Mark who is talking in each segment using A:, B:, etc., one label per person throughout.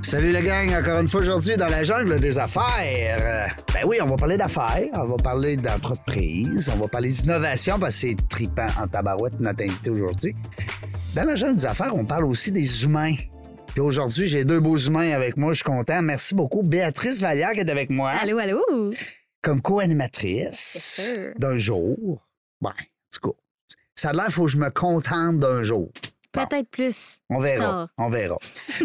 A: Salut la gang, encore une fois aujourd'hui dans la jungle des affaires. Euh, Ben oui, on va parler d'affaires, on va parler d'entreprise, on va parler d'innovation parce que c'est tripant en tabarouette notre invité aujourd'hui. Dans la jungle des affaires, on parle aussi des humains. Puis aujourd'hui, j'ai deux beaux humains avec moi, je suis content. Merci beaucoup. Béatrice Vallière qui est avec moi
B: Allô, allô?
A: comme
B: Ah. Yes,
A: co-animatrice
B: sir.
A: d'un jour. Ben, en tout cas, ça a l'air, faut que je me contente d'un jour.
B: Peut-être plus.
A: On verra.
B: tard.
A: On verra.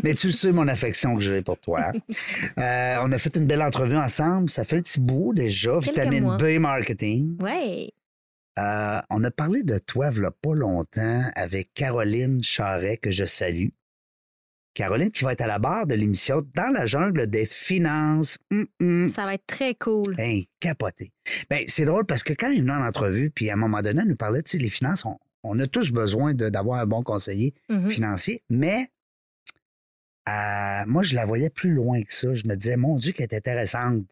A: Mais tu sais mon affection que j'ai pour toi. Euh, on a fait une belle entrevue ensemble. Ça fait un petit bout déjà.
B: Quelques
A: Vitamine
B: mois.
A: B marketing.
B: Ouais.
A: Euh, on a parlé de toi il pas longtemps avec Caroline Charret, que je salue. Caroline qui va être à la barre de l'émission Dans la jungle des finances. Hum, hum.
B: Ça va être très cool.
A: Hey, capoté. Ben, c'est drôle parce que quand il est venue en entrevue, puis à un moment donné, elle nous parlait, tu sais, les finances, on, on a tous besoin de- d'avoir un bon conseiller
B: Mhm.
A: financier, mais euh, moi, je la voyais plus loin que ça. Je me disais, mon Dieu, qu'elle est intéressante.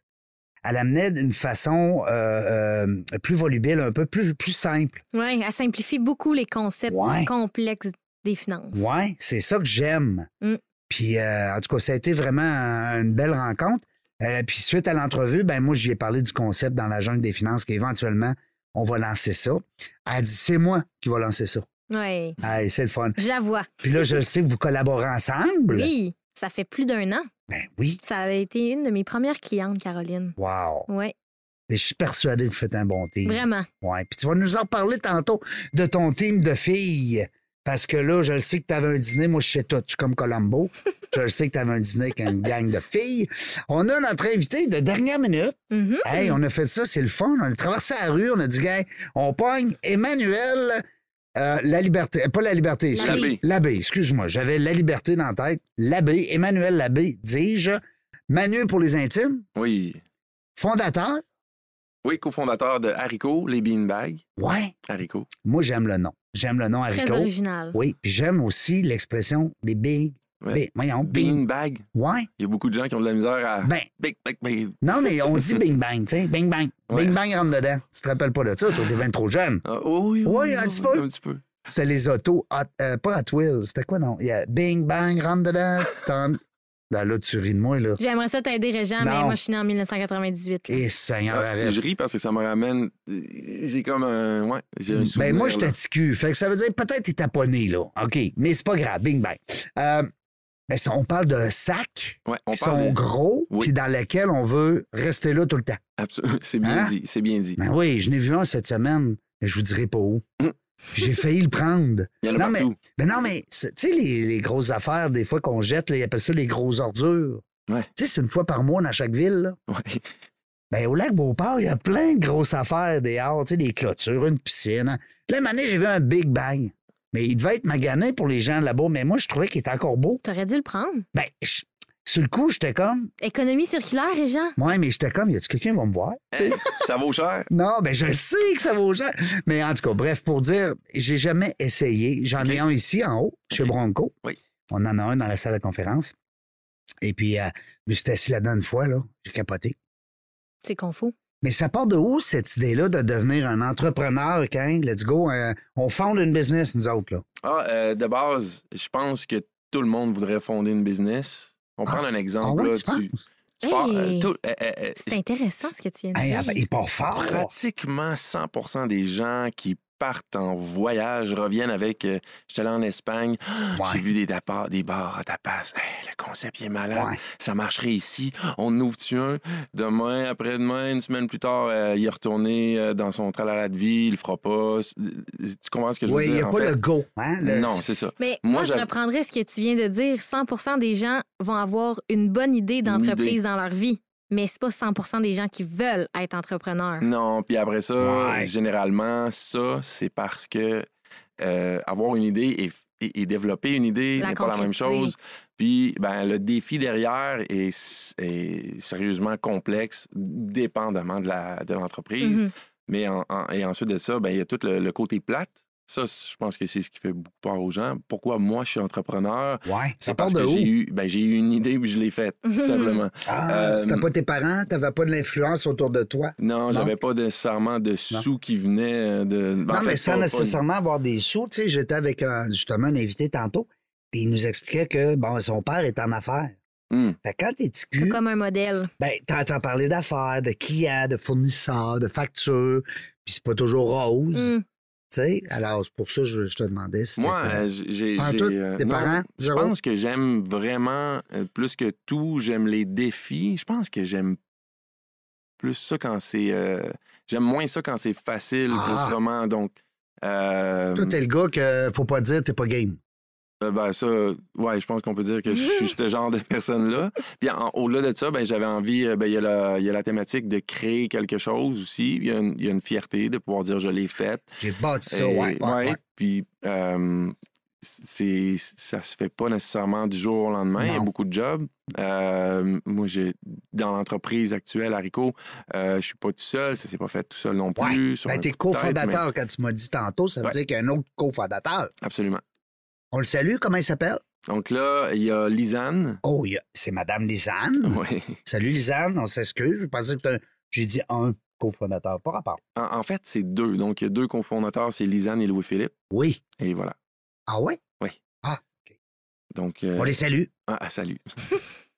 A: Elle amenait d'une façon euh, euh, plus volubile, un peu plus, plus simple.
B: Ouais, elle simplifie beaucoup les concepts
A: Ouais.
B: complexes des finances.
A: Ouais, c'est ça que j'aime.
B: Mm.
A: Puis, euh, en tout cas, ça a été vraiment euh, une belle rencontre. Euh, puis, suite à l'entrevue, ben moi, j'y ai parlé du concept dans la jungle des finances qu'éventuellement, on va lancer ça. Elle a dit, c'est moi qui va lancer ça.
B: Ouais.
A: Hey, c'est le fun.
B: Je la vois.
A: Puis là, je le sais que vous collaborez ensemble.
B: Oui. Ça fait plus d'un an.
A: Ben oui.
B: Ça a été une de mes premières clientes, Caroline.
A: Wow.
B: Ouais,
A: Mais je suis persuadé que vous faites un bon team.
B: vraiment.
A: Ouais. Puis tu vas nous en parler tantôt de ton team de filles. Parce que là, je le sais que tu avais un dîner. Moi, je sais tout. Je suis comme Colombo. je le sais que tu avais un dîner avec une gang de filles. On a notre invité de dernière minute.
B: Mhm.
A: Hey, on a fait ça. C'est le fun. On a traversé la rue. On a dit, gars, on pogne Emmanuel. euh, la liberté, pas la liberté, excuse-
B: L'abbé.
A: l'abbé, excuse-moi, j'avais la liberté dans la tête. L'abbé, Emmanuel L'abbé, dis-je, Manu pour les intimes,
C: Oui.
A: fondateur.
C: Oui, cofondateur de Haricot, les beanbags.
A: Ouais,
C: Haricot.
A: moi j'aime le nom. J'aime le nom
B: Très
A: haricot.
B: original.
A: Oui, puis j'aime aussi l'expression des big.
C: Ouais.
A: big- voyons, bing.
C: Beanbag.
A: Ouais.
C: Il y a beaucoup de gens qui ont de la misère à.
A: Ben,
C: Big, big, big.
A: non, mais on dit bing bang, tu sais. Bing bang.
C: Ouais.
A: Bing bang rentre dedans. Tu te rappelles pas de ça, toi, t'es bien trop jeune.
C: Ah, oh oui,
A: Oui, un petit peu.
C: Un petit peu.
A: C'était les autos, Hot- euh, pas Hot Wheels. C'était quoi, non? Il y a bing bang rentre dedans. t'en- Là, là, tu ris de moi, là.
B: J'aimerais ça t'aider, Régent, mais
A: Non.
B: moi, je suis née en 1998. là.
A: Et Seigneur,
C: Ah,
A: arrête.
C: je ris parce que ça me ramène. J'ai comme un. Ouais, j'ai un souvenir.
A: Ben, moi, j'étais
C: là.
A: petit cul. Fait que ça veut dire peut-être t'es taponné, là. OK. Mais c'est pas grave. Bing bang. Euh, ben, ça, on parle de sac.
C: Ouais, on
A: qui
C: parle.
A: sont
C: de-
A: gros,
C: Oui.
A: puis dans lesquels on veut rester là tout le temps.
C: Absolu- C'est bien
A: Hein?
C: dit, c'est bien dit.
A: Ben oui, je n'ai vu un cette semaine, mais je vous dirai pas où.
C: Mm.
A: Puis J'ai failli le prendre.
C: Il y en a
A: Non, mais-
C: partout.
A: Mais non, mais c'est- tu sais, les, les grosses affaires, des fois qu'on jette, là, ils appellent ça les grosses ordures.
C: Ouais.
A: Tu sais, c'est une fois par mois dans chaque ville. là.
C: Ouais.
A: Ben, au lac Beauport, il y a plein de grosses affaires dehors, tu sais, des clôtures, une piscine. hein. Puis La manée, j'ai vu un Big Bang. Mais il devait être magané pour les gens là-bas, mais moi, je trouvais qu'il était encore beau.
B: T'aurais dû le prendre.
A: Ben, je- sur le coup, j'étais comme,
B: Économie circulaire, Régent.
A: ouais, mais j'étais comme, y a-tu quelqu'un qui va me voir?
C: Ça vaut cher.
A: Non, ben je le sais que ça vaut cher. Mais en tout cas, bref, pour dire, j'ai jamais essayé. J'en ai
C: Ok.
A: un ici en haut, chez
C: Ok.
A: Bronco.
C: Oui.
A: On en a un dans la salle de conférence. Et puis, euh, je me suis assis là-dedans une fois, là. J'ai capoté.
B: C'est confus.
A: Mais ça part de où, cette idée-là de devenir un entrepreneur, quand, let's go, euh, on fonde une business, nous autres, là.
C: Ah, euh, de base, je pense que tout le monde voudrait fonder une business. On prend un exemple.
A: ah ouais,
C: là,
A: tu
C: tu pars, euh,
B: Hey!
C: tout- euh, euh, euh,
B: C'est intéressant ce que tu viens de
A: Hey, ah,
B: dire.
A: ben, il part fort, là.
C: pratiquement 100 des gens qui partent en voyage reviennent avec euh, j'étais allé en Espagne j'ai
A: Ouais.
C: vu des tapas des bars à tapas Hey, le concept il est malade
A: Ouais.
C: ça marcherait ici on ouvre tu un demain après-demain une semaine plus tard euh, il est retourné euh, dans son tralala de vie il le fera pas C'est- tu comprends ce que je
A: Oui,
C: veux
A: il
C: dire
A: n'y a
C: en
A: pas
C: fait?
A: le go, hein? le-
C: non c'est ça
B: Mais
C: Moi,
B: moi, je
C: j'av-
B: reprendrais ce que tu viens de dire. 100 des gens vont avoir une bonne idée d'entreprise
C: idée.
B: dans leur vie, mais c'est pas 100 des gens qui veulent être entrepreneurs.
C: non puis après ça
A: Ouais.
C: généralement ça c'est parce que euh, avoir une idée et, et- et développer une idée
B: La
C: n'est pas la même
B: concrétiser.
C: chose. Puis ben, le défi derrière est, s- est sérieusement complexe, dépendamment de la- de l'entreprise.
B: Mhm.
C: Mais en- en- et ensuite de ça, ben, il y a tout le, le côté plate. Ça, c- je pense que c'est ce qui fait beaucoup peur aux gens. Pourquoi moi, je suis entrepreneur?
A: Ouais.
C: C'est
A: Ça part
C: parce
A: de
C: que j'ai
A: où?
C: eu, ben, j'ai eu une idée puis je l'ai faite, tout simplement.
A: Ah,
C: Euh,
A: c'était pas tes parents, t'avais pas de l'influence autour de toi.
C: Non, j'avais pas nécessairement de sous qui venaient de. ben, en
A: non,
C: fait,
A: mais sans
C: pas- pas-
A: nécessairement avoir des sous. Tu sais, j'étais avec un- justement un invité tantôt, puis il nous expliquait que bon, son père est en affaires.
C: Hum.
A: Fait que quand t'es petit
B: Tout
A: cul,
B: comme un modèle.
A: ben, t'entends parler d'affaires, de clients, de fournisseurs, de factures, puis c'est pas toujours rose.
B: Mm.
A: Tu sais, alors c'est pour ça que je, je te demandais si
C: Moi,
A: t'étais-
C: euh, j'ai.
A: Pas en
C: j'ai,
A: tout,
C: euh,
A: tes
C: non,
A: parents,
C: Je
A: zéro?
C: pense que j'aime vraiment, euh, plus que tout, j'aime les défis. Je pense que j'aime plus ça quand c'est. euh, j'aime moins ça quand c'est facile
A: Ah.
C: autrement. Donc. euh,
A: Toi, t'es le gars que faut pas dire t'es pas game.
C: Euh, ben ça, ouais, je pense qu'on peut dire que je suis ce genre de personne-là. Puis en- au-delà de ça, ben j'avais envie, euh, ben il y, a la- il y a la thématique de créer quelque chose aussi. Il y, a une- il y a une fierté de pouvoir dire je l'ai faite.
A: J'ai bâti ça,
C: Et-
A: ouais, ouais,
C: ouais,
A: ouais.
C: Puis euh, c'est ça se fait pas nécessairement du jour au lendemain. Il y a
A: Non.
C: beaucoup de jobs. Euh, moi, j'ai dans l'entreprise actuelle, Haricot, euh, je suis pas tout seul. Ça s'est pas fait tout seul non
A: Ouais.
C: plus. sur
A: Ben,
C: un
A: t'es
C: coup de tête, mais-
A: cofondateur quand tu m'as dit tantôt, ça veut
C: Ouais.
A: dire qu'il y a un autre cofondateur.
C: Absolument.
A: On le salue, comment il s'appelle?
C: Donc là, il y a Lisanne.
A: Oh, il y a- c'est Madame Lisanne.
C: Ouais.
A: Salut Lisanne, on s'excuse. Je pensais que t'as- j'ai dit un cofondateur, pas rapport.
C: En, en fait, c'est deux. Donc, il y a deux cofondateurs, c'est Lisanne et Louis-Philippe.
A: Oui.
C: Et voilà.
A: Ah ouais?
C: Donc, euh,
A: On les salue.
C: ah, salut.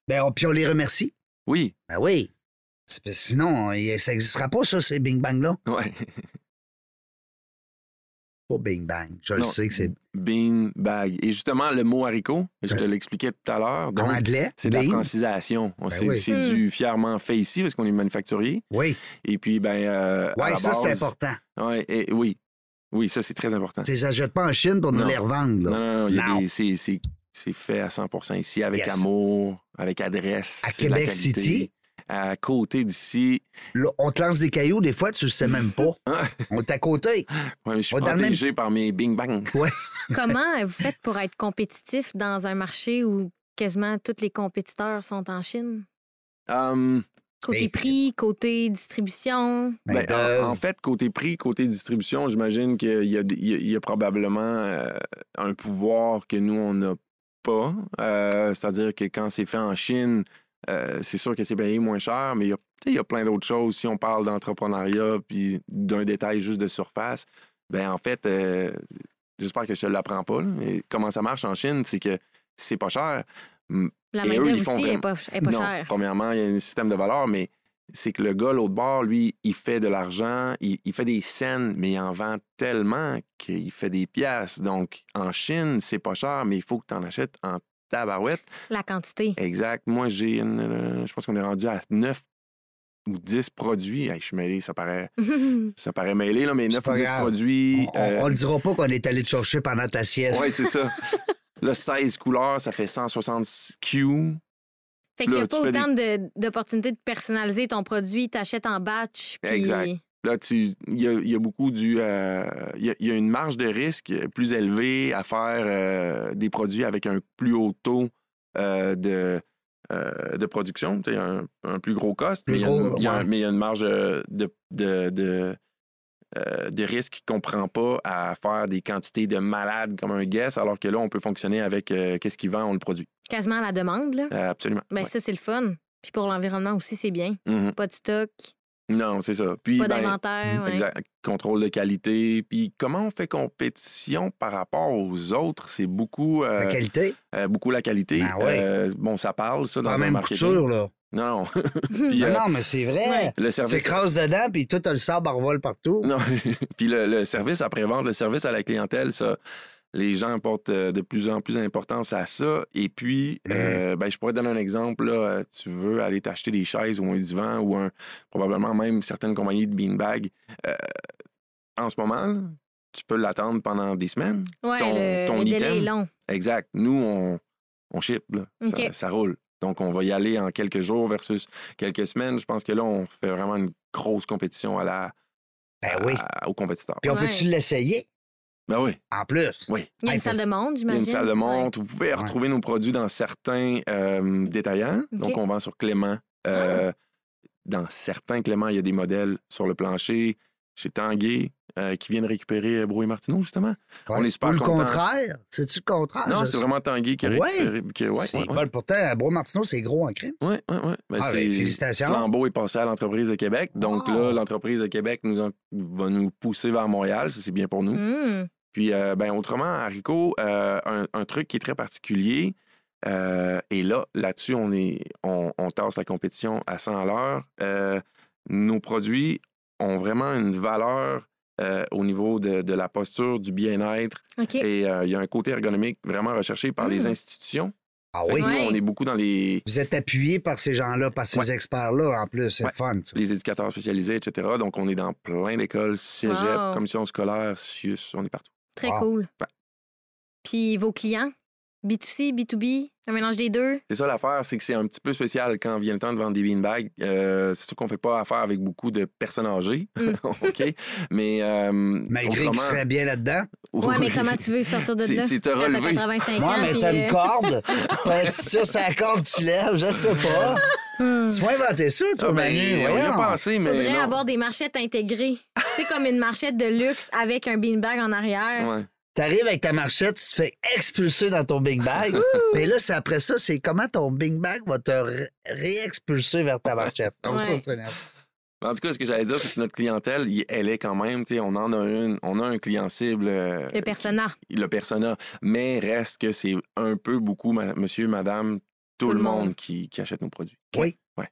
A: Ben, on- puis on les remercie.
C: Oui,
A: Ben oui. C'est parce que Sinon, il- ça n'existera pas, ça, ces Bing Bang-là.
C: ouais.
A: Pas Bing Bang. Je le
C: Non.
A: sais que c'est
C: Bean bag. Et justement, le mot haricot, je te
A: Ouais.
C: l'expliquais tout à l'heure.
A: en
C: Donc,
A: anglais.
C: c'est de la
A: Bing.
C: francisation. On- c'est
A: Ben oui.
C: c'est
B: Hmm.
C: du fièrement fait ici parce qu'on est manufacturier.
A: Oui.
C: Et puis, ben. euh, à
A: Ouais,
C: la
A: ça, c'est
C: base-
A: important.
C: Ouais, et- oui. Oui, ça, c'est très important.
A: Tu les achètes pas en Chine pour nous
C: Non.
A: les revendre,
C: Non,
A: là.
C: non, non. il y a
A: Non.
C: des- c'est- c'est- C'est fait à 100 ici, avec
A: Yes.
C: amour, avec adresse.
A: À
C: c'est de la
A: Québec
C: qualité.
A: City,
C: À côté d'ici.
A: là, on te lance des cailloux, des fois, tu le sais même pas. on est à côté.
C: Ouais, mais je suis
A: Ouais, dans le même-
C: protégé par mes bing-bang.
B: Comment euh, vous faites pour être compétitif dans un marché où quasiment tous les compétiteurs sont en Chine?
C: Hum,
B: Côté
A: Ben,
B: prix, côté distribution.
C: ben,
A: Main-d'œuvre.
C: en, en fait, côté prix, côté distribution, j'imagine qu'il y a, il y a- il y a probablement euh, un pouvoir que nous, on n'a pas. Euh, C'est-à-dire que quand c'est fait en Chine, euh, c'est sûr que c'est payé moins cher, mais il y a, tu sais, il y a plein d'autres choses. Si on parle d'entrepreneuriat puis d'un détail juste de surface, ben en fait, euh, j'espère que je ne l'apprends pas, là, mais comment ça marche en Chine, c'est que c'est pas cher.
B: La
C: Et eux,
B: main-d'œuvre
C: ils font
B: aussi n'est
C: vraiment-
B: pas, est pas
C: non,
B: chère.
C: Premièrement, il y a un système de valeur, mais c'est que le gars, l'autre bord, lui, il fait de l'argent, il, il fait des scènes, mais il en vend tellement qu'il fait des pièces. Donc, en Chine, c'est pas cher, mais il faut que tu en achètes en tabarouette.
B: La quantité.
C: Exact. Moi, j'ai une. euh, je pense qu'on est rendu à 9 ou 10 produits. Hey, je suis mêlé, ça paraît, ça paraît mêlé, là, mais
A: C'est
C: 9 ou
A: pas
C: 10
A: grave.
C: produits.
A: On,
C: euh,
A: on le dira pas qu'on est allé te chercher pendant ta sieste.
C: ouais, c'est ça. Là, 16 couleurs, ça fait 160 SKU.
B: Fait qu'il n'y
C: Là,
B: a
C: tu
B: pas
C: fais
B: autant de- d'opportunités de personnaliser ton produit, t'achètes en batch. Puis...
C: Exact. Là, tu- il y a, il y a beaucoup du. euh, Il y a- il y, a une marge de risque plus élevée à faire euh, des produits avec un plus haut taux euh, de, euh, de production, tu sais, un, un plus gros cost,
A: Plus
C: mais il y a une-
A: gros,
C: il y a un-
A: ouais.
C: mais il y a une marge euh, de, de, de, euh, de risque qu'on ne prend pas à faire des quantités de malades comme un guess, alors que là, on peut fonctionner avec euh, qu'est-ce qu'il vend, on le produit.
B: Quasiment à la demande, là.
C: Euh, absolument.
B: Ben,
C: Ouais.
B: ça, c'est le fun. Puis pour l'environnement aussi, c'est bien.
C: Mhm.
B: Pas de stock,
C: Non, c'est ça. Puis,
B: pas
C: ben,
B: d'inventaire. hein. ouais.
C: Exact. Contrôle de qualité. Puis comment on fait compétition par rapport aux autres? C'est beaucoup, euh,
A: La qualité,
C: euh, beaucoup la qualité.
A: Ben ouais.
C: Euh, bon, ça parle, ça, dans
A: pas
C: un
A: même
C: marketing.
A: couture, là.
C: Non, non. Puis,
A: Non,
C: euh,
A: non, mais c'est vrai.
C: le
A: Tu
C: service...
A: écrases dedans, puis tout a le sable en revole partout.
C: Non. Puis le, le service après-vente, le service à la clientèle, ça, les gens portent euh, de plus en plus d'importance à ça. Et puis, euh, ben, je pourrais te donner un exemple. Là, Euh, tu veux aller t'acheter des chaises ou un divan ou un, probablement même certaines compagnies de beanbag. Euh, en ce moment, là, tu peux l'attendre pendant des semaines.
B: Ouais,
C: ton-
B: le,
C: ton
B: le délai est
C: item.
B: long.
C: Exact. Nous, on, on ship, là. Ça,
B: OK.
C: ça roule. Donc, on va y aller en quelques jours versus quelques semaines. Je pense que là, on fait vraiment une grosse compétition à la,
A: Ben oui.
C: à- aux compétiteurs.
A: Puis on
B: Ouais.
A: peut-tu l'essayer?
C: Ben oui,
A: En plus.
C: oui.
B: Il y a
A: Hey,
B: une salle de monde,
C: Il y a
B: j'imagine.
C: une salle de
B: Ouais.
C: montre. Vous pouvez retrouver nos produits dans certains euh, détaillants.
B: OK.
C: Donc, on vend sur Clément. Euh, Dans certains Clément, il y a des modèles sur le plancher. Chez Tanguay, euh, qui viennent récupérer Brouet Martineau, justement.
A: Ouais.
C: On est super
A: Ou le
C: contents.
A: contraire. C'est-tu le contraire?
C: non,
A: Ah, Je-
C: c'est vraiment Tanguy qui a
A: Ouais.
C: récupéré. qui- ouais,
A: C'est
C: ouais, ouais.
A: bon. Pourtant, Bro Martineau, c'est gros en crime.
C: Ouais, ouais, ouais. Ben,
A: Ah,
C: c'est-
A: ben, félicitations.
C: Flambeau est passé à l'entreprise de Québec. Donc
A: Wow.
C: là, l'entreprise de Québec nous en- va nous pousser vers Montréal. Ça, c'est bien pour nous.
B: Hum,
C: Puis, euh, ben, autrement, à Rico, euh, un, un truc qui est très particulier, euh, et là, là-dessus, on, est, on, on tasse la compétition à 100 à l'heure. Euh, nos produits ont vraiment une valeur euh, au niveau de, de la posture, du bien-être,
B: OK.
C: et euh, il y a un côté ergonomique vraiment recherché par les
B: Mm.
C: institutions.
A: Ah
C: Fait
A: oui.
C: que nous,
B: Ouais.
C: on est beaucoup dans les,
A: Vous êtes appuyé par ces gens-là, par ces
C: Ouais.
A: experts-là, en plus. C'est
C: Ouais.
A: le fun, ça.
C: les éducateurs spécialisés, etc. Donc, on est dans plein d'écoles, cégep,
B: Wow.
C: commission scolaire, CIUS, on est partout.
B: Très
A: Wow.
B: cool.
C: Ouais.
B: Puis vos clients, B2C, B2B, un mélange des deux.
C: C'est ça l'affaire, c'est que c'est un petit peu spécial quand vient le temps de vendre des beanbags. Euh, c'est sûr qu'on fait pas affaire avec beaucoup de personnes âgées,
B: Mm.
C: OK? Mais euh,
A: Malgré qu'ils
C: autrement-
A: seraient bien là-dedans.
B: Ouais, mais
C: Oui.
B: comment tu veux sortir de
C: C'est-
B: là?
C: c'est te
B: quand t'as
C: relever.
B: 85
A: Moi,
B: ans.
A: mais
B: puis,
A: t'as
B: euh,
A: une corde. T'as- tu tires sur la corde, tu lèves, je sais pas. tu vas inventer ça, toi,
C: Ah, ben,
A: Manu.
C: on y a
A: voyons.
C: pensé, mais
B: Faudrait
C: non.
B: avoir des marchettes intégrées. C'est comme une marchette de luxe avec un beanbag en arrière.
C: Ouais.
A: T'arrives avec ta marchette, tu te fais expulser dans ton big bag. mais là, c'est après ça, c'est comment ton big bag va te ré- réexpulser vers ta marchette. Donc,
B: Ouais.
A: ça, c'est énervant.
C: En tout cas, ce que j'allais dire, c'est que notre clientèle, il- elle est quand même, tu sais, on en a une, on a un client cible. euh,
B: Le persona.
C: le persona, mais reste que c'est un peu beaucoup, ma- monsieur, madame, tout, le monde, qui, qui achète nos produits.
A: Oui.
C: Ouais.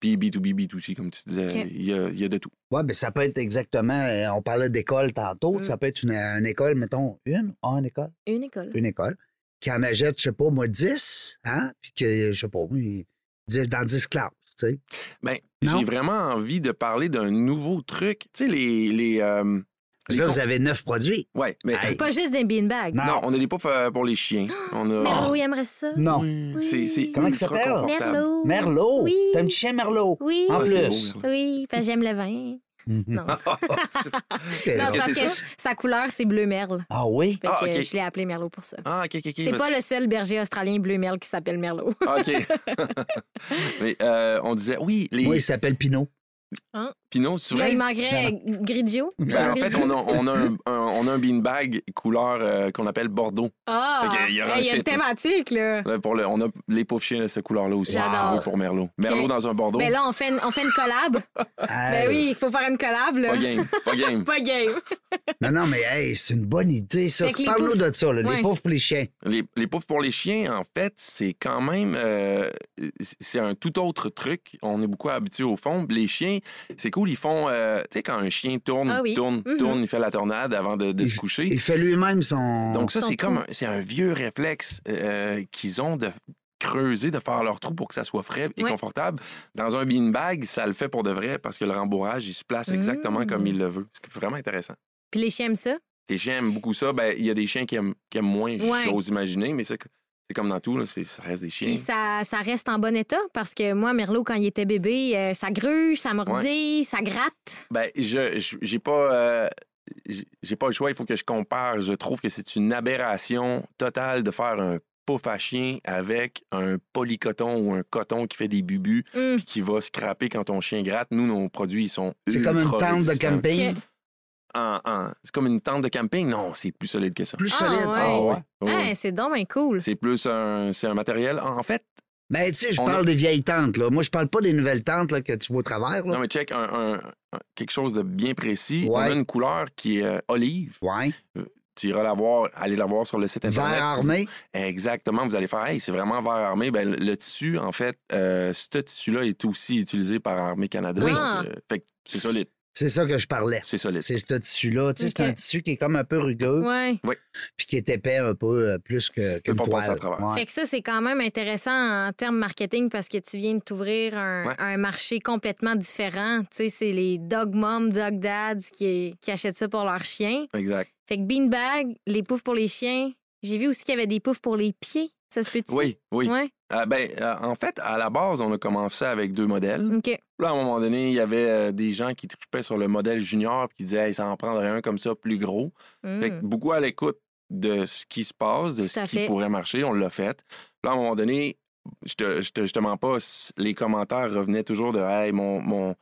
C: Puis B2B, B2C, comme tu disais,
B: Ok.
C: il y, a, il y a de tout.
A: Oui, mais ça peut être exactement, euh, on parlait d'école tantôt,
B: Mm.
A: ça peut être une, une école, mettons, une, ah, une école,
B: Une école.
A: une école, qui en achète, je sais pas, moi, 10, hein, puis que, je sais pas, oui, dix- dans 10 classes, tu sais.
C: Ben,
A: Non.
C: j'ai vraiment envie de parler d'un nouveau truc. Tu sais, les. les, euh, les
A: Là,
C: con-
A: vous avez 9 produits.
C: Ouais, mais. euh,
A: Hey.
B: Pas juste des beanbags.
A: Non.
C: Non, on a des poufs euh, pour les chiens. On a.
B: Mais oui, aimerait ça.
A: Non.
C: Oui, C'est, c'est
A: Comment il
C: ultra
A: s'appelle?
C: confortable.
B: Merlot.
A: Merlot.
B: Oui.
A: T'as un petit chien Merlot.
B: Oui.
A: En
C: Ah, c'est
A: plus.
C: beau, Merlot.
B: Oui, parce que j'aime le vin.
A: Mhm.
B: Non.
C: C'est-
A: Est-ce que-
B: Non,
C: Est-ce
B: c'est
C: que
B: parce
C: c'est
B: que
C: ça?
B: sa couleur, c'est bleu merle.
A: Ah oui?
B: Fait
C: Ah,
B: que
C: ok.
B: je l'ai appelé Merlot pour ça.
C: Ah, ok, ok, ok.
B: C'est
C: parce-
B: pas le seul berger australien bleu merle qui s'appelle Merlot.
C: Ah, OK. mais euh, on disait, oui, les
A: Moi, il s'appelle Pinot.
C: pinots, tu
B: Là,
C: vois.
B: il manquerait Grigio.
C: Ben, en fait, on a, on a un, un- on a un beanbag couleur euh, qu'on appelle Bordeaux.
B: Ah!
C: Fait qu'il y aura
B: Ben,
C: un
B: Il y a une
C: fit, là.
B: thématique, là.
C: Là, pour le, on a les pauvres chiens de cette couleur-là aussi, si
B: J'adore.
C: tu veux, pour Merlot. Merlot dans un Bordeaux,
B: Ben là, on fait une, on fait une collab. ben oui, il faut faire une collab, là.
C: pas game, pas game.
B: Pas game.
A: Non, non, mais hey, c'est une bonne idée, ça.
B: Fait que les
A: Parle-nous
B: pauvres-
A: de ça, là, les
B: Ouais.
A: pauvres pour les chiens.
C: Les, les pauvres pour les chiens, en fait, c'est quand même... euh, c'est un tout autre truc. On est beaucoup habitué au fond. Les chiens, c'est cool, ils font... euh, tu sais, quand un chien tourne,
B: Ah oui.
C: tourne,
B: Mhm.
C: tourne, il fait la tornade avant de, de
A: Il-
C: se coucher.
A: Il fait lui-même son.
C: Donc ça,
B: Ton
C: c'est
B: trou.
C: comme un, c'est un vieux réflexe euh, qu'ils ont de creuser, de faire leur trou pour que ça soit frais et
B: Ouais.
C: confortable. Dans un beanbag, ça le fait pour de vrai parce que le rembourrage, il se place exactement
B: Mm.
C: comme il le veut. C'est vraiment intéressant.
B: Puis les chiens aiment ça.
C: Les chiens aiment beaucoup ça. Ben, Il y a des chiens qui aiment, qui aiment moins,
B: Ouais.
C: j'ose imaginer, mais ça, c'est comme dans tout, là, c'est- ça reste des chiens.
B: Puis ça, ça reste en bon état parce que moi, Merlot, quand il était bébé, euh, ça gruge, ça mordit, ça gratte.
C: Ben, je je- j'ai pas. euh, j'ai- j'ai pas le choix, il faut que je compare. Je trouve que c'est une aberration totale de faire un pouf à chien avec un polycoton ou un coton qui fait des bubus
B: Hum.
C: puis qui va scraper quand ton chien gratte. Nous, nos produits, ils sont
A: C'est comme une
C: ultra
A: tente de
C: résistants.
A: camping.
B: Ok.
C: En- en- C'est comme une tente de camping. Non, c'est plus solide que ça.
A: Plus
B: Ah,
A: solide.
B: ouais.
C: Ah ouais. Oui, oui.
B: Hein, c'est donc bien cool.
C: C'est plus un, c'est un matériel. En fait,
A: Mais Ben, tu sais, je
C: On
A: parle des vieilles tentes, là. Moi, je parle pas des nouvelles tentes là, que tu vois au travers, là.
C: non mais check, un, un- un- quelque chose de bien précis. On
A: Ouais.
C: a une couleur qui est euh, olive.
A: Ouais.
C: Tu iras la voir, allez la voir sur le site
A: Vert
C: internet.
A: armé.
C: Exactement, vous allez faire, hey, c'est vraiment vert armé. Ben, le- le tissu, en fait, euh, ce tissu-là est aussi utilisé par Armée Canada.
B: Oui.
C: Donc, euh, fait que c'est solide,
A: C'est ça que je parlais.
C: c'est solide.
A: C'est ce tissu-là. Tu sais, c'est
B: Ok.
A: un tissu qui est comme un peu rugueux,
B: Ouais.
A: puis qui est épais un peu euh, plus que, que
C: pas
A: toile.
C: passer à travers.
A: Ouais.
B: Fait que ça, c'est quand même intéressant en termes marketing parce que tu viens de t'ouvrir un,
C: Ouais.
B: un marché complètement différent. Tu sais, c'est les dog moms, dog dads qui, qui achètent ça pour leurs chiens.
C: Exact.
B: Fait que beanbag, les poufs pour les chiens. J'ai vu aussi qu'il y avait des poufs pour les pieds. Ça se peut-tu?
C: Oui, oui.
B: Ouais.
C: Euh, ben, euh, en fait, à la base, on a commencé avec deux modèles.
B: OK.
C: Là, à un moment donné, il y avait euh, des gens qui tripaient sur le modèle junior puis qui disaient, hey, ça en prendrait un comme ça plus gros. Fait que
B: Mm.
C: beaucoup à l'écoute de ce qui se passe, de
B: Tout
C: ce
B: à
C: qui
B: fait.
C: pourrait marcher. On l'a fait. Là, à un moment donné, je te, je te, je te mens pas, c- les commentaires revenaient toujours de Hey, mon, mon,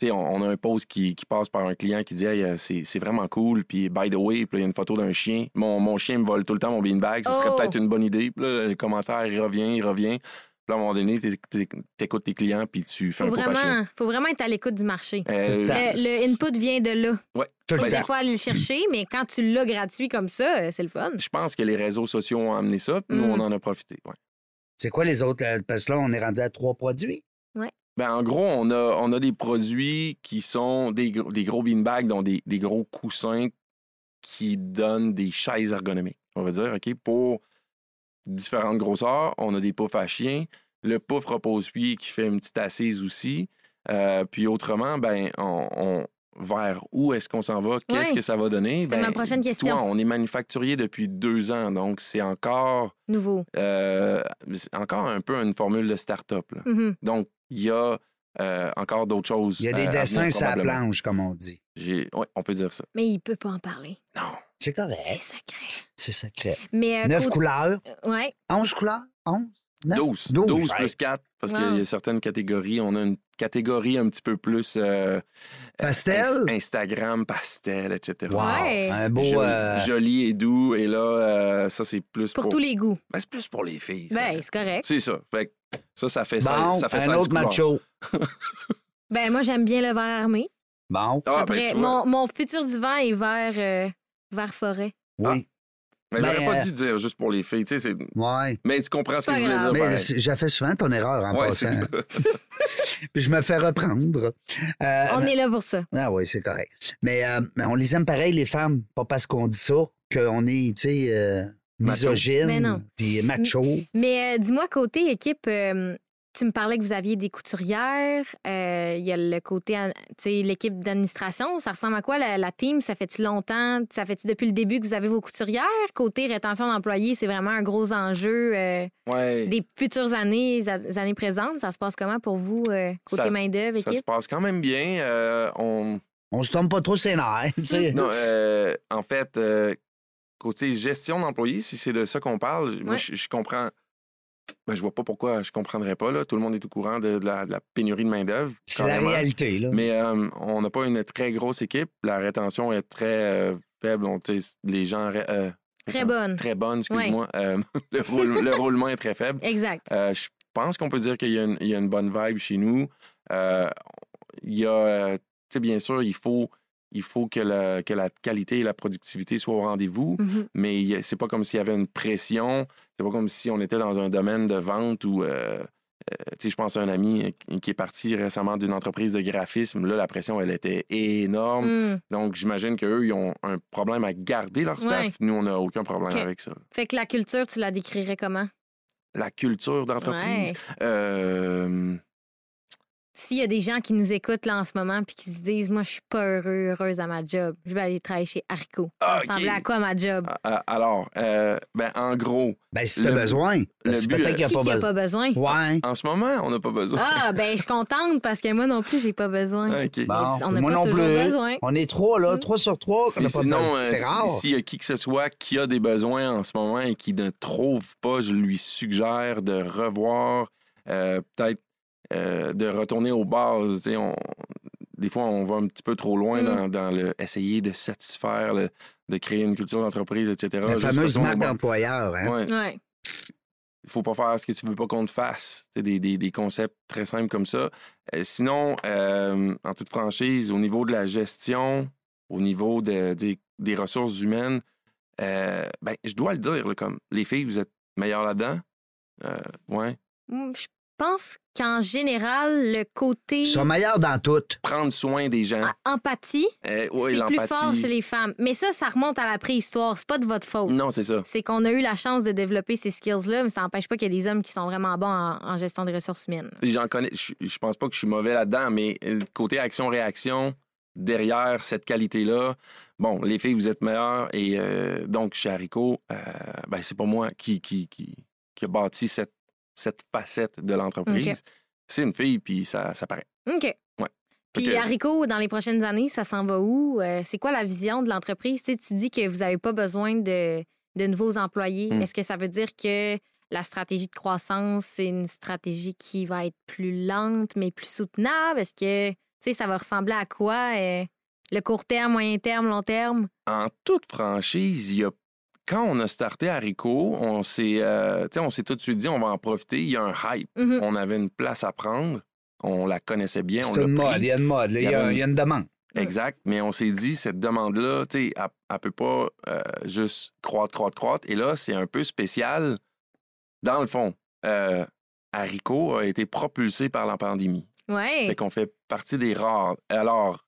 C: sais, on, on a un post qui, qui passe par un client qui dit Hey, euh, c'est c'est vraiment cool. Puis, by the way, puis là, il y a une photo d'un chien. Mon, mon chien me vole tout le temps mon beanbag. Ce serait
B: Oh!
C: peut-être une bonne idée. Puis là, le commentaire, il revient, il revient. Puis là, à un moment donné, t'é- t'é- t'écoutes tes clients, puis tu fais
B: Faut
C: un cours à chien.
B: vraiment, faut vraiment être à l'écoute du marché.
C: Euh,
A: Tout
B: Le, le input vient de là.
C: ouais.
A: Tout le
B: Faut
C: Ben,
B: des
A: temps.
B: fois aller le chercher, mais quand tu l'as gratuit comme ça, euh, c'est le fun.
C: Je pense que les réseaux sociaux ont amené ça. puis Nous,
B: Mm.
C: on en a profité. ouais.
A: C'est quoi les autres? euh, Parce que là, on est rendu à trois produits.
C: Ben, en gros, on a, on a des produits qui sont des, gros- des gros beanbags, donc des, des gros coussins qui donnent des chaises ergonomiques, on va dire, OK, pour différentes grosseurs. On a des poufs à chiens. Le pouf repose-pied qui fait une petite assise aussi. Euh, puis autrement, ben, on, on- vers où est-ce qu'on s'en va? Qu'est-ce
B: Ouais.
C: que ça va donner?
B: C'était
C: Ben,
B: ma prochaine
C: dis-toi,
B: question.
C: On est manufacturier depuis deux ans, donc c'est encore,
B: Nouveau.
C: euh, c'est encore un peu une formule de start-up. là.
B: Mhm.
C: Donc, il y a euh, encore d'autres choses.
A: Il y a
C: euh,
A: des
C: à venir,
A: dessins sur la
C: probablement.
A: planche, comme on dit.
C: J'ai- ouais, on peut dire ça.
B: Mais il peut pas en parler.
C: Non.
A: C'est
B: C'est
A: correct.
B: secret.
A: C'est secret.
B: Mais euh,
A: Neuf
B: côté-
A: couleurs.
B: euh, ouais.
A: Onze couleurs? Onze? Neuf?
C: 12. 12,
A: Douze, ouais.
C: plus 4, parce
B: Wow.
C: qu'il y a certaines catégories. On a une catégorie un petit peu plus euh,
A: Pastel?
C: ins- Instagram, pastel, etc.
A: Wow.
B: Ouais.
A: Un
C: Jo-
A: beau... euh,
C: Joli et doux. Et là, euh, ça, c'est plus pour...
B: Pour tous les goûts.
C: Ben, c'est plus pour les filles. ça.
B: Ben, c'est correct.
C: C'est ça. Fait que ça, ça fait
A: Bon,
C: 16, ça fait
A: un
C: 16
A: autre
C: couleurs.
A: macho.
B: Ben, moi, j'aime bien le verre armé.
A: Bon,
C: Ah, ben,
B: Après,
C: tu vois.
B: mon, mon futur divan est vert, euh, vert forêt.
C: Ah.
A: oui,
C: Mais
A: Ben,
C: j'aurais pas
A: euh,
C: dû dire juste pour les filles. Tu sais, c'est-
A: ouais.
C: mais tu comprends
B: C'est
C: ce que
B: pas
C: je voulais dire.
B: grave.
A: Mais
C: pareil.
A: c'est- j'ai fait souvent ton erreur en
C: Ah, ben. Ouais,
A: passant.
C: c'est-
A: Puis je me fais reprendre. Euh,
B: On est là pour ça.
A: Ah oui, c'est correct. Mais, euh, mais on les aime pareil, les femmes. Pas parce qu'on dit ça qu'on est, tu sais, euh,
C: Macho.
B: Mais
A: misogyne,
B: non.
A: puis macho.
B: Mais euh, dis-moi, côté équipe, euh, tu me parlais que vous aviez des couturières. euh, Il y a le côté, an- tu sais, l'équipe d'administration. Ça ressemble à quoi la, la team? Ça fait-tu longtemps? Ça fait-tu depuis le début que vous avez vos couturières? Côté rétention d'employés, c'est vraiment un gros enjeu euh,
C: Ouais.
B: des futures années, les années présentes. Ça se passe comment pour vous, euh, côté
C: Ça-
B: main-d'œuvre,
C: Ça se
B: équipe?
C: passe quand même bien. Euh, on...
A: On se tombe pas trop ses nerfs, tu sais.
C: Non, euh, en fait, euh, côté gestion d'employés, si c'est de ça qu'on parle, moi,
B: Ouais.
C: je, je comprends. Ben, je vois pas pourquoi je comprendrais pas. Là. Tout le monde est au courant de, de la, de la pénurie de main-d'œuvre.
A: C'est la
C: carrément.
A: réalité, là.
C: Mais euh, on n'a pas une très grosse équipe. La rétention est très euh, faible. On, tu sais, les gens. ré- euh,
B: Très bonne.
C: Très bonne, excuse-moi. Euh, le, roule- le roulement est très faible.
B: Exact.
C: Euh, je pense qu'on peut dire qu'il y, a une- il y a une bonne vibe chez nous. Euh, il y a, euh, tu sais, bien sûr, il faut, il faut que, la, que la qualité et la productivité soient au rendez-vous,
B: Mhm.
C: mais il y a- c'est pas comme s'il y avait une pression, c'est pas comme si on était dans un domaine de vente où, euh, euh, tu sais, je pense à un ami euh, qui est parti récemment d'une entreprise de graphisme, là, la pression, elle était énorme.
B: Mm.
C: Donc, j'imagine qu'eux, ils ont un problème à garder leur staff.
B: Ouais.
C: Nous, on n'a aucun problème
B: Ok.
C: avec ça.
B: Fait que la culture, tu la décrirais comment?
C: La culture d'entreprise.
B: Ouais.
C: euh,
B: S'il y a des gens qui nous écoutent là en ce moment puis qui se disent Moi, je suis pas heureux, heureuse à ma job, je vais aller travailler chez Arco. Ça
C: Ah,
B: ressemblait
C: ok.
B: à quoi ma job?
C: Ah, ah, Alors, euh, ben, en gros,
A: Ben, si t'as
C: le-
A: besoin. parce que
C: le but,
A: Peut-être
C: euh,
A: qu'il
B: qui
A: n'y a
B: qui
A: pas
B: a
A: besoin.
B: pas besoin?
A: Ouais.
C: en ce moment, on n'a pas besoin.
B: Ah, ben, je suis contente parce que moi non plus, j'ai pas besoin.
C: OK.
A: Bon,
B: On n'a
A: moi
B: pas
A: non
B: toujours
A: plus.
B: besoin.
A: On est trois, là.
B: Mm.
A: Trois sur trois qu'on
C: Puis
A: n'a pas
C: sinon,
A: besoin.
C: euh,
A: C'est
C: si-
A: rare.
C: s'il y a qui que ce soit qui a des besoins en ce moment et qui ne trouve pas, je lui suggère de revoir, euh, peut-être euh, de retourner aux bases. Tu sais, on- des fois, on va un petit peu trop loin
B: Mm.
C: dans, dans le essayer de satisfaire, le- de créer une culture d'entreprise, etc.
A: La
C: Juste
A: fameuse
C: retourne aux
A: marque
C: bases.
A: d'employeur, hein.
C: Ouais.
B: Ouais.
C: il faut pas faire ce que tu veux pas qu'on te fasse. C'est des, des- des concepts très simples comme ça. Euh, sinon, euh, en toute franchise, au niveau de la gestion, au niveau de- des, des ressources humaines, euh, ben, je dois le dire, là, comme les filles, vous êtes meilleures là-dedans. Euh, ouais.
B: Mm, Je pense qu'en général, le côté
A: Ils sont meilleurs dans toutes.
C: Prendre soin des gens.
B: a- empathie,
C: Euh, ouais,
B: Ah, c'est plus
C: l'empathie.
B: fort chez les femmes. Mais ça, ça remonte à la préhistoire. C'est pas de votre faute.
C: Non, c'est ça.
B: C'est qu'on a eu la chance de développer ces skills-là, mais ça n'empêche pas qu'il y a des hommes qui sont vraiment bons en, en gestion des ressources humaines.
C: J'en connais. Je je pense pas que je suis mauvais là-dedans, mais euh, côté action-réaction, derrière cette qualité-là, bon, les filles, vous êtes meilleures. Et euh, donc, chez Haricot, euh, ben, c'est pas moi qui, qui, qui, qui a bâti cette, cette facette de l'entreprise.
B: Ok.
C: C'est une fille, puis ça, ça paraît.
B: OK.
C: Fait
B: Puis
C: que-
B: Haricot, dans les prochaines années, ça s'en va où? Euh, c'est quoi la vision de l'entreprise? Tu sais, tu dis que vous n'avez pas besoin de, de nouveaux employés.
C: Mm.
B: Est-ce que ça veut dire que la stratégie de croissance, c'est une stratégie qui va être plus lente, mais plus soutenable? Est-ce que Tu sais, ça va ressembler à quoi? euh, le court terme, moyen terme, long terme?
C: en toute franchise, il y a- quand on a starté Haricot, on s'est, euh, tu sais, on s'est tout de suite dit on va en profiter. Il y a un hype.
B: Mhm.
C: On avait une place à prendre. On la connaissait bien. on
A: C'est
C: l'a
A: une
C: pris.
A: mode, il y a une mode, là, il y, a-
C: Il y
A: il y a une demande.
C: Exact. Mais on s'est dit, cette demande-là, tu sais, elle ne peut pas euh, juste croître, croître, croître. Et là, c'est un peu spécial. Dans le fond, euh, Haricot a été propulsé par la pandémie.
B: Ouais.
C: Fait qu'on fait partie des rares. Alors,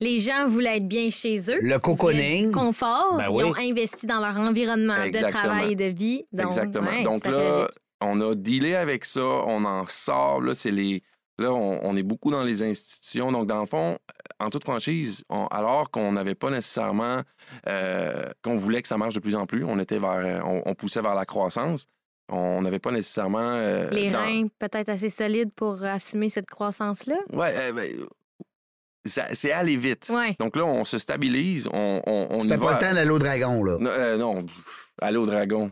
B: Les gens voulaient être bien chez eux.
A: Le
B: voulaient du
A: cocooning,
B: confort.
A: Ben
B: Ils
A: oui.
B: ont investi dans leur environnement de
C: Exactement.
B: travail et de vie. Donc,
C: Exactement.
B: ouais,
C: Donc
B: tout à fait
C: là,
B: logique.
C: on a dealé avec ça, on en sort. Là, c'est les. Là, on, on est beaucoup dans les institutions. Donc, dans le fond, euh, en toute franchise, on- alors qu'on n'avait pas nécessairement euh, qu'on voulait que ça marche de plus en plus, on était vers, euh, on, on poussait vers la croissance. On n'avait pas nécessairement euh,
B: les
C: dans-
B: reins peut-être assez solides pour assumer cette croissance-là.
C: Ouais, euh, ben, ça- c'est aller vite.
B: Ouais.
C: Donc là, on se stabilise, on, on, on y
A: c'était
C: va.
A: pas le temps d'aller au dragon, là.
C: Non, euh, non, pff, aller au dragon.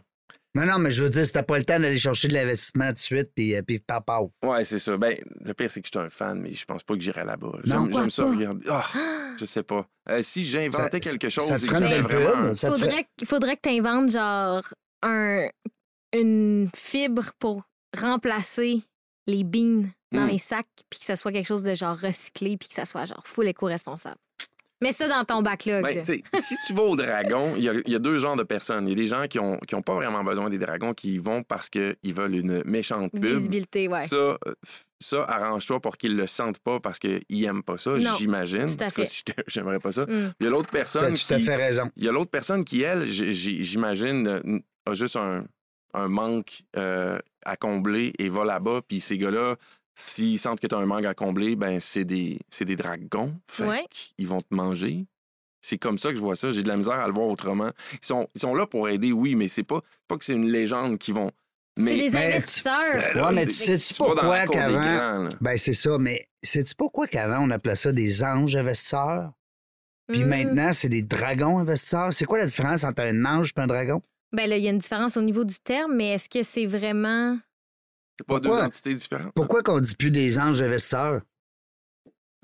A: Non, non, mais je veux dire, c'était pas le temps d'aller chercher de l'investissement tout de suite, puis, euh, puis papa.
C: Ouais, c'est ça. Ben, le pire, c'est que je suis un fan, mais je pense pas que j'irai là-bas. J'aime,
B: pourquoi
C: j'aime ça
B: pas?
C: regarder. Ah, je sais pas. Euh, si j'inventais
A: Ça-
C: quelque chose,
A: ça te
C: et que
A: ferait une
C: j'avais
A: belle
C: vraiment
A: pub,
C: un-
A: ça. te
B: Faudrait, qu- faudrait que tu inventes genre un, une fibre pour remplacer les beans dans
C: Mm.
B: les sacs, puis que ça soit quelque chose de genre recyclé, puis que ça soit genre full éco-responsable. Mets ça dans ton backlog.
C: Ben,
B: là.
C: tu sais, si tu vas au dragon, il y, a- il y a deux genres de personnes. Il y a des gens qui n'ont qui ont pas vraiment besoin des dragons, qui y vont parce qu'ils veulent une méchante pub.
B: Visibilité, ouais.
C: Ça, euh, f- ça arrange-toi pour qu'ils le sentent pas parce qu'ils aiment pas ça,
B: Non,
C: j'imagine.
B: tout à
C: En tout cas,
B: fait.
C: si j'étais- j'aimerais pas ça.
B: Mm.
C: Il y a l'autre
A: T'as
C: personne
A: tout à
C: qui-
A: fait raison.
C: Il y a l'autre personne qui, elle, j- j- j'imagine, euh, a juste un, un manque euh, à combler et va là-bas. Puis ces gars-là, s'ils sentent que tu as un manque à combler, ben c'est des, c'est des dragons. Fait
B: Ouais.
C: Ils vont te manger. C'est comme ça que je vois ça. J'ai de la misère à le voir autrement. Ils sont, ils sont là pour aider, oui, mais c'est pas, pas que c'est une légende qui vont.
B: C'est
C: Mais
B: les
A: mais-
B: investisseurs.
C: Ben là,
A: Ouais, mais tu
C: c'est-
A: sais-tu
C: vas dans
A: pourquoi
C: la cour des
A: qu'avant.
C: grands, là.
A: Ben, c'est ça, mais sais-tu pourquoi qu'avant, on appelait ça des anges investisseurs? Puis
B: Mm.
A: maintenant, c'est des dragons investisseurs. C'est quoi la différence entre un ange et un dragon?
B: Ben là, il y a une différence au niveau du terme, mais est-ce que c'est vraiment.
C: C'est pas deux
A: Pourquoi?
C: entités différentes.
A: Pourquoi qu'on dit plus des anges investisseurs?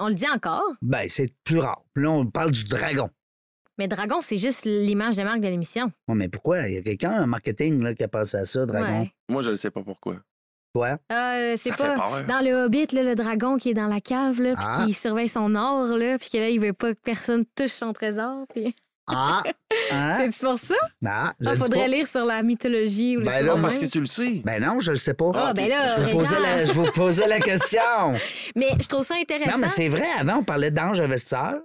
B: On le dit encore,
A: Ben, c'est plus rare. Là, on parle du dragon.
B: mais dragon, c'est juste l'image de marque de l'émission.
A: Oh, mais pourquoi? Il y a quelqu'un en marketing là, qui a pensé à ça, dragon.
B: Ouais.
C: Moi, je ne sais pas pourquoi.
A: Toi?
B: Euh, c'est
C: Ça
B: pas.
C: fait peur.
B: Dans le Hobbit, là, le dragon qui est dans la cave, là, puis
A: Ah.
B: qui surveille son or, là, puis que là, il veut pas que personne touche son trésor. puis-
A: Ah! Hein?
B: C'est pour ça?
A: Ah, je
B: Ah,
A: le dis
B: faudrait
A: pas.
B: lire sur la mythologie ou les
A: Ben
B: choses
A: là,
B: de
C: Parce que
B: même.
C: tu le sais.
A: Ben non, je le sais pas.
B: Ah, ben là,
A: je, vous posais
B: Régent.
A: la, je vous posais la question.
B: Mais je trouve ça intéressant.
A: Non, mais c'est vrai, avant, on parlait d'ange investisseur.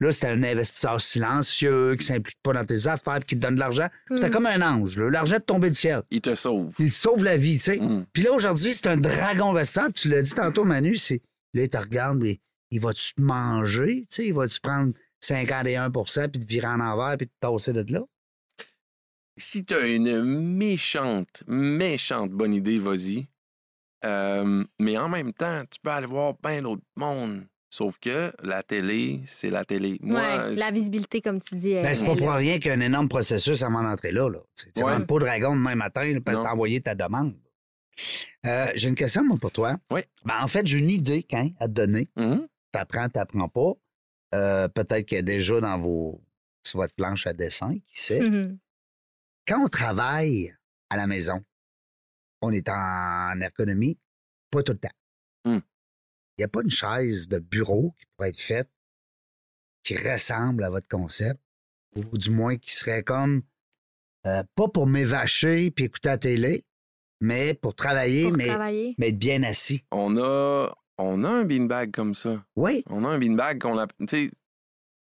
A: Là, c'était un investisseur silencieux qui s'implique pas dans tes affaires, puis qui te donne de l'argent.
B: Hmm.
A: C'était
B: Mm.
A: comme un ange. là. L'argent est tombé du ciel.
C: Il te sauve.
A: Il sauve la vie, tu sais.
C: Mm.
A: Puis là, aujourd'hui, c'est un dragon investisseur. puis Tu l'as dit tantôt, Manu, c'est... Là, il te regarde, mais il va-tu te manger? Tu sais, il va-tu prendre 51 puis te virer en envers, puis te tasser de là?
C: si t'as une méchante, méchante bonne idée, vas-y. Euh, mais en même temps, tu peux aller voir plein d'autres monde. Sauf que la télé, c'est la télé. Moi,
B: Ouais,
C: je-
B: la visibilité, comme tu dis.
A: Ben,
B: elle-
A: c'est pas
B: elle-
A: pour rien qu'il y a un énorme processus avant d'entrer là. là. Tu ne
C: Ouais.
A: rentres pas au dragon demain matin là, parce que
C: Non.
A: t'as envoyé ta demande. Euh, J'ai une question, moi, pour toi.
C: Oui.
A: Ben, en fait, j'ai une idée hein, à te donner.
C: Mhm.
A: T'apprends, t'apprends pas. Euh, Peut-être qu'il y a déjà dans vos sur votre planche à dessin, qui sait.
B: Mhm.
A: Quand on travaille à la maison, on est en ergonomie, pas tout le temps. Il
C: Hmm.
A: n'y a pas une chaise de bureau qui pourrait être faite qui ressemble à votre concept, ou du moins qui serait comme, euh, pas pour m'évacher puis écouter la télé, mais pour travailler,
B: Pour
A: mais,
B: travailler.
A: mais être bien assis.
C: On a, on a un beanbag comme ça.
A: Oui,
C: On a un beanbag qu'on a. Tu sais,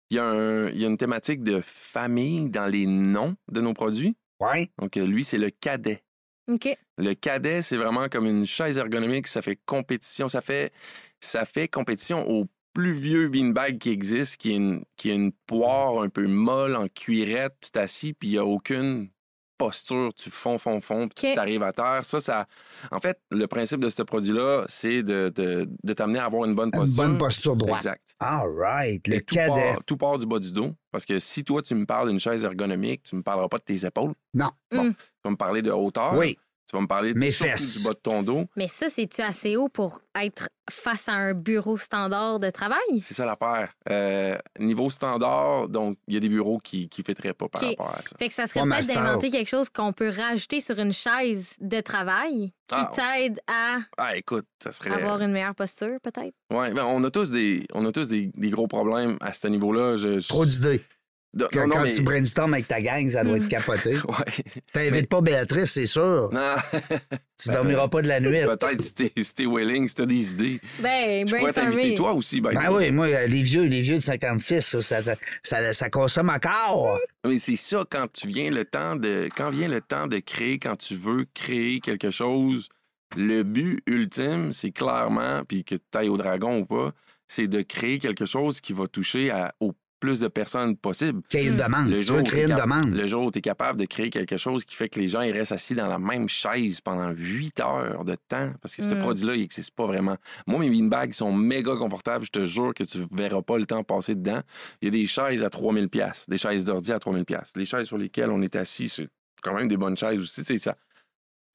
C: il y, a un- il y a une thématique de famille dans les noms de nos produits.
A: oui.
C: Donc, euh, lui, c'est le cadet.
B: OK.
C: Le cadet, c'est vraiment comme une chaise ergonomique. Ça fait compétition. Ça fait, ça fait compétition au plus vieux beanbag qui existe, qui est une, qui est une poire un peu molle en cuirette. Tu t'assis, puis il n'y a aucune posture. Tu fonds, fonds, fonds, puis
B: OK.
C: tu arrives à terre. Ça, ça. En fait, le principe de ce produit-là, c'est de, de- de t'amener à avoir une bonne
A: Une
C: posture.
A: bonne posture droite.
C: Exact.
A: All right,
C: Et
A: le
C: tout
A: cadet.
C: Part, tout part du bas du dos. Parce que si toi, tu me parles d'une chaise ergonomique, tu ne me parleras pas de tes épaules.
A: Non.
C: Bon,
B: Mm.
C: Tu vas me parler de hauteur
A: Oui,
C: Tu vas me parler
A: Mes
C: surtout
A: fesses.
C: du bas de ton dos.
B: Mais ça, c'est-tu assez haut pour être face à un bureau standard de travail?
C: C'est ça l'affaire. Euh, niveau standard, donc, il y a des bureaux qui ne fitteraient pas par
B: Ok.
C: rapport à ça.
B: Fait que ça serait
A: Ouais, mais
B: peut-être
A: à cette heure.
B: d'inventer quelque chose qu'on peut rajouter sur une chaise de travail qui
C: Ah.
B: t'aide à
C: Ah, écoute, ça serait.
B: avoir une meilleure posture, peut-être.
C: Ouais, ben, on a tous, des, on a tous des, des gros problèmes à ce niveau-là. Je, je-
A: Trop d'idées.
C: De-
A: Quand,
C: non, non,
A: quand
C: mais-
A: tu brainstormes avec ta gang, ça doit être capoté.
C: Ouais.
A: T'invites pas Béatrice, c'est sûr.
C: Non, ben,
A: Tu dormiras pas de la nuit.
C: peut-être si t'es si t'es willing, si t'as des idées.
B: Ben,
C: Je pourrais t'inviter
B: brainstormer.
C: toi aussi. Ben,
A: Ben oui, moi, euh, les vieux, les vieux de 56, ça, ça, ça- ça consomme encore.
C: Mais c'est ça quand tu viens le temps de quand vient le temps de créer, quand tu veux créer quelque chose, le but ultime, c'est clairement, puis que tu ailles au dragon ou pas, c'est de créer quelque chose qui va toucher à- au plus de personnes possible.
A: Qu'il y ait une
B: Mm.
A: demande.
C: Hmm. Le
A: tu
C: jour
A: veux
C: où
A: créer une
C: t'es cap-
A: demande.
C: Le jour où tu es capable de créer quelque chose qui fait que les gens ils restent assis dans la même chaise pendant 8 heures de temps, parce que ce
A: Hmm.
B: Mm.
C: produit-là, il n'existe pas vraiment. Moi, mes beanbags sont méga confortables. Je te jure que tu verras pas le temps passer dedans. Il y a des chaises à 3000 pièces, des chaises d'ordi à 3000 pièces. Les chaises sur lesquelles on est assis, c'est quand même des bonnes chaises aussi. Tu sais, ça.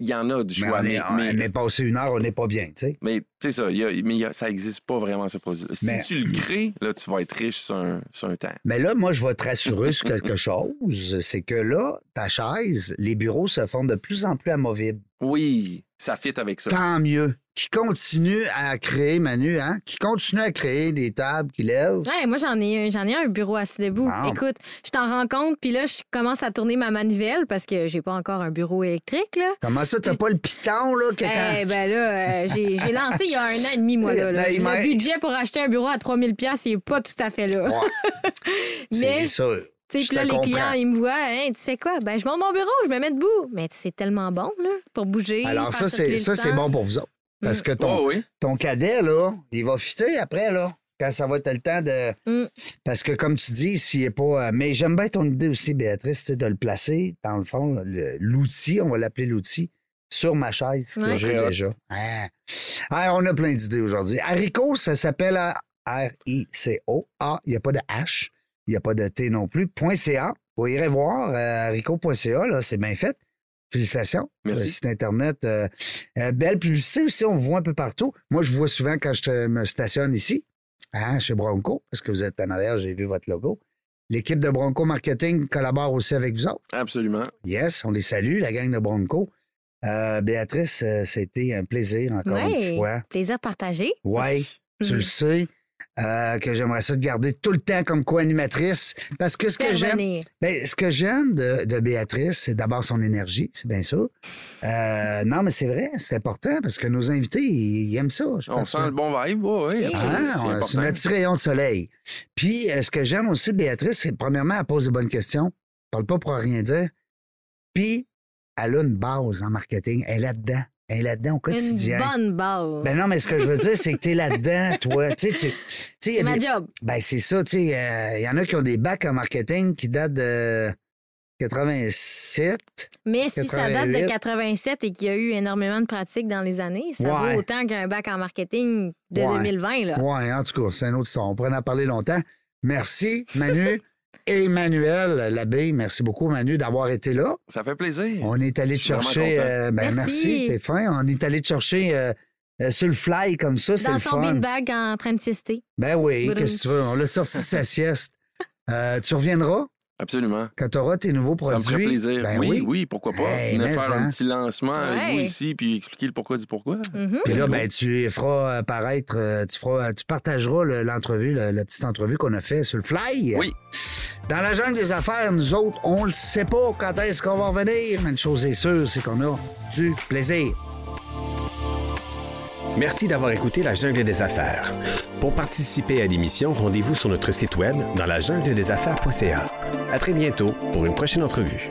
C: Il y en a du
A: Mais,
C: choix,
A: on
C: mais,
A: est- on-
C: mais,
A: mais passer une heure, on n'est pas bien, tu sais.
C: mais, tu sais ça, il y a- mais il y a- ça n'existe pas vraiment ce produit-là. Si
A: Mais-
C: tu le crées, là, tu vas être riche sur un, sur un temps.
A: Mais là, moi, je vais te rassurer sur quelque chose. C'est que là, ta chaise, les bureaux se font de plus en plus amovibles.
C: Oui, ça fit avec ça.
A: Tant mieux. Qui continue à créer, Manu, hein? Qui continue à créer des tables qui lèvent.
B: Ouais, moi, j'en ai, un, j'en ai un bureau assis debout.
A: Wow.
B: Écoute, je t'en rends compte, puis là, je commence à tourner ma manivelle parce que j'ai pas encore un bureau électrique, là.
A: Comment ça, t'as pas le piton, là? Que quand-
B: Eh ben là, euh, j'ai, j'ai lancé il y a un an et demi, moi, là. là.
A: Ben, mais-
B: Le budget pour acheter un bureau à 3000 pièces il est pas tout à fait là. Mais,
A: C'est sûr.
B: tu sais,
A: je
B: puis là,
A: te
B: les
A: comprends.
B: clients, ils me voient, Hein, tu fais quoi? Ben, je monte mon bureau, je me mets debout. Mais c'est tellement bon, là, pour bouger.
A: Alors, ça,
B: faire
A: c'est,
B: circuler
A: ça,
B: le
A: c'est
B: sang. Mm.
A: bon pour vous autres. Parce que ton,
C: Oh, oui.
A: ton cadet, là, il va fitter après, là. Quand ça va être le temps de.
B: Mm.
A: Parce que, comme tu dis, s'il n'est pas. euh, Mais j'aime bien ton idée aussi, Béatrice, tu sais, de le placer, dans le fond, le- l'outil, on va l'appeler l'outil, sur ma chaise que
B: Ouais.
A: j'ai
C: Très hot.
A: déjà. Ah. Ah, on a plein d'idées aujourd'hui. Haricot, ça s'appelle euh, R-I-C-O. A, il n'y a pas de H, il n'y a pas de T non plus. Point .ca. Vous irez voir, euh, haricot.ca, là, c'est bien fait. Félicitations.
C: Merci.
A: Le site Internet. euh, euh, belle publicité aussi, on voit un peu partout. Moi, je vois souvent quand je te- me stationne ici, hein, chez Bronco, parce que vous êtes en arrière, j'ai vu votre logo. L'équipe de Bronco Marketing collabore aussi avec vous autres.
C: Absolument.
A: Yes, on les salue, la gang de Bronco. Euh, Béatrice, euh, c'était un plaisir encore
B: Ouais. Mm-hmm.
A: une fois.
B: Plaisir partagé. Hmm.
A: Ouais, tu le sais. euh, que j'aimerais ça te garder tout le temps comme co-animatrice. Parce que ce que j'aime,
B: Intervenir.
A: ben, ce que j'aime de, de Béatrice, c'est d'abord son énergie, c'est bien sûr. Euh, non, mais c'est vrai, c'est important parce que nos invités, ils, ils aiment ça. je
C: On
A: pense
C: sent
A: que-
C: le bon vibe, oui,
B: Ah,
A: Hein,
C: absolument.
A: on-
C: c'est
A: c'est
C: important.
A: notre petit rayon de soleil. Puis, euh, ce que j'aime aussi de Béatrice, c'est premièrement, elle pose des bonnes questions. Elle parle pas pour rien dire. Puis, elle a une base en marketing. Elle est là-dedans. Elle est là-dedans au
B: Une
A: quotidien.
B: bonne base.
A: Ben non, mais ce que je veux dire, c'est que t'es là-dedans, toi. Tu sais, tu- tu sais, il y
B: c'est
A: a
B: ma
A: des-
B: job.
A: Ben, c'est ça, tu sais. euh, Il y en a qui ont des bacs en marketing qui datent de 87.
B: Mais si ça date
A: 88.
B: de 87 et qu'il y a eu énormément de pratiques dans les années, ça
A: Ouais.
B: vaut autant qu'un bac en marketing de
A: Ouais.
B: 2020. Là.
A: Ouais, en tout cas, c'est un autre histoire. On pourrait en parler longtemps. Merci, Manu. Emmanuel Labbé, merci beaucoup, Manu, d'avoir été là.
C: Ça fait plaisir.
A: On est allé te
C: Je suis vraiment
A: chercher.
C: content.
A: euh, ben, merci,
B: Merci.
A: t'es fin. On est allé te chercher euh, euh, sur le fly comme ça, c'est
B: Dans
A: le
B: son
A: fun.
B: beanbag en train de siester.
A: Ben oui,
B: Brum.
A: qu'est-ce que tu veux? On l'a sorti de sa sieste. Euh, tu reviendras
C: Absolument.
A: quand tu auras tes nouveaux
C: Ça me
A: produits.
C: ferait plaisir.
A: Ben
C: oui, oui, pourquoi pas.
A: Hey,
C: Venez
A: mais
C: faire
A: hein.
C: un petit lancement avec
B: Ouais.
C: vous ici, puis expliquer le pourquoi du pourquoi.
B: Mhm.
A: Puis là,
C: Let's go.
A: ben, tu feras apparaître, euh, tu, feras, tu partageras le- l'entrevue, le- la petite entrevue qu'on a fait sur le fly.
C: Oui.
A: Dans la jungle des affaires, nous autres, on le sait pas quand est-ce qu'on va revenir, mais une chose est sûre, c'est qu'on a du plaisir.
D: Merci d'avoir écouté La Jungle des Affaires. Pour participer à l'émission, rendez-vous sur notre site web dans la jungle des affaires.ca. À très bientôt pour une prochaine entrevue.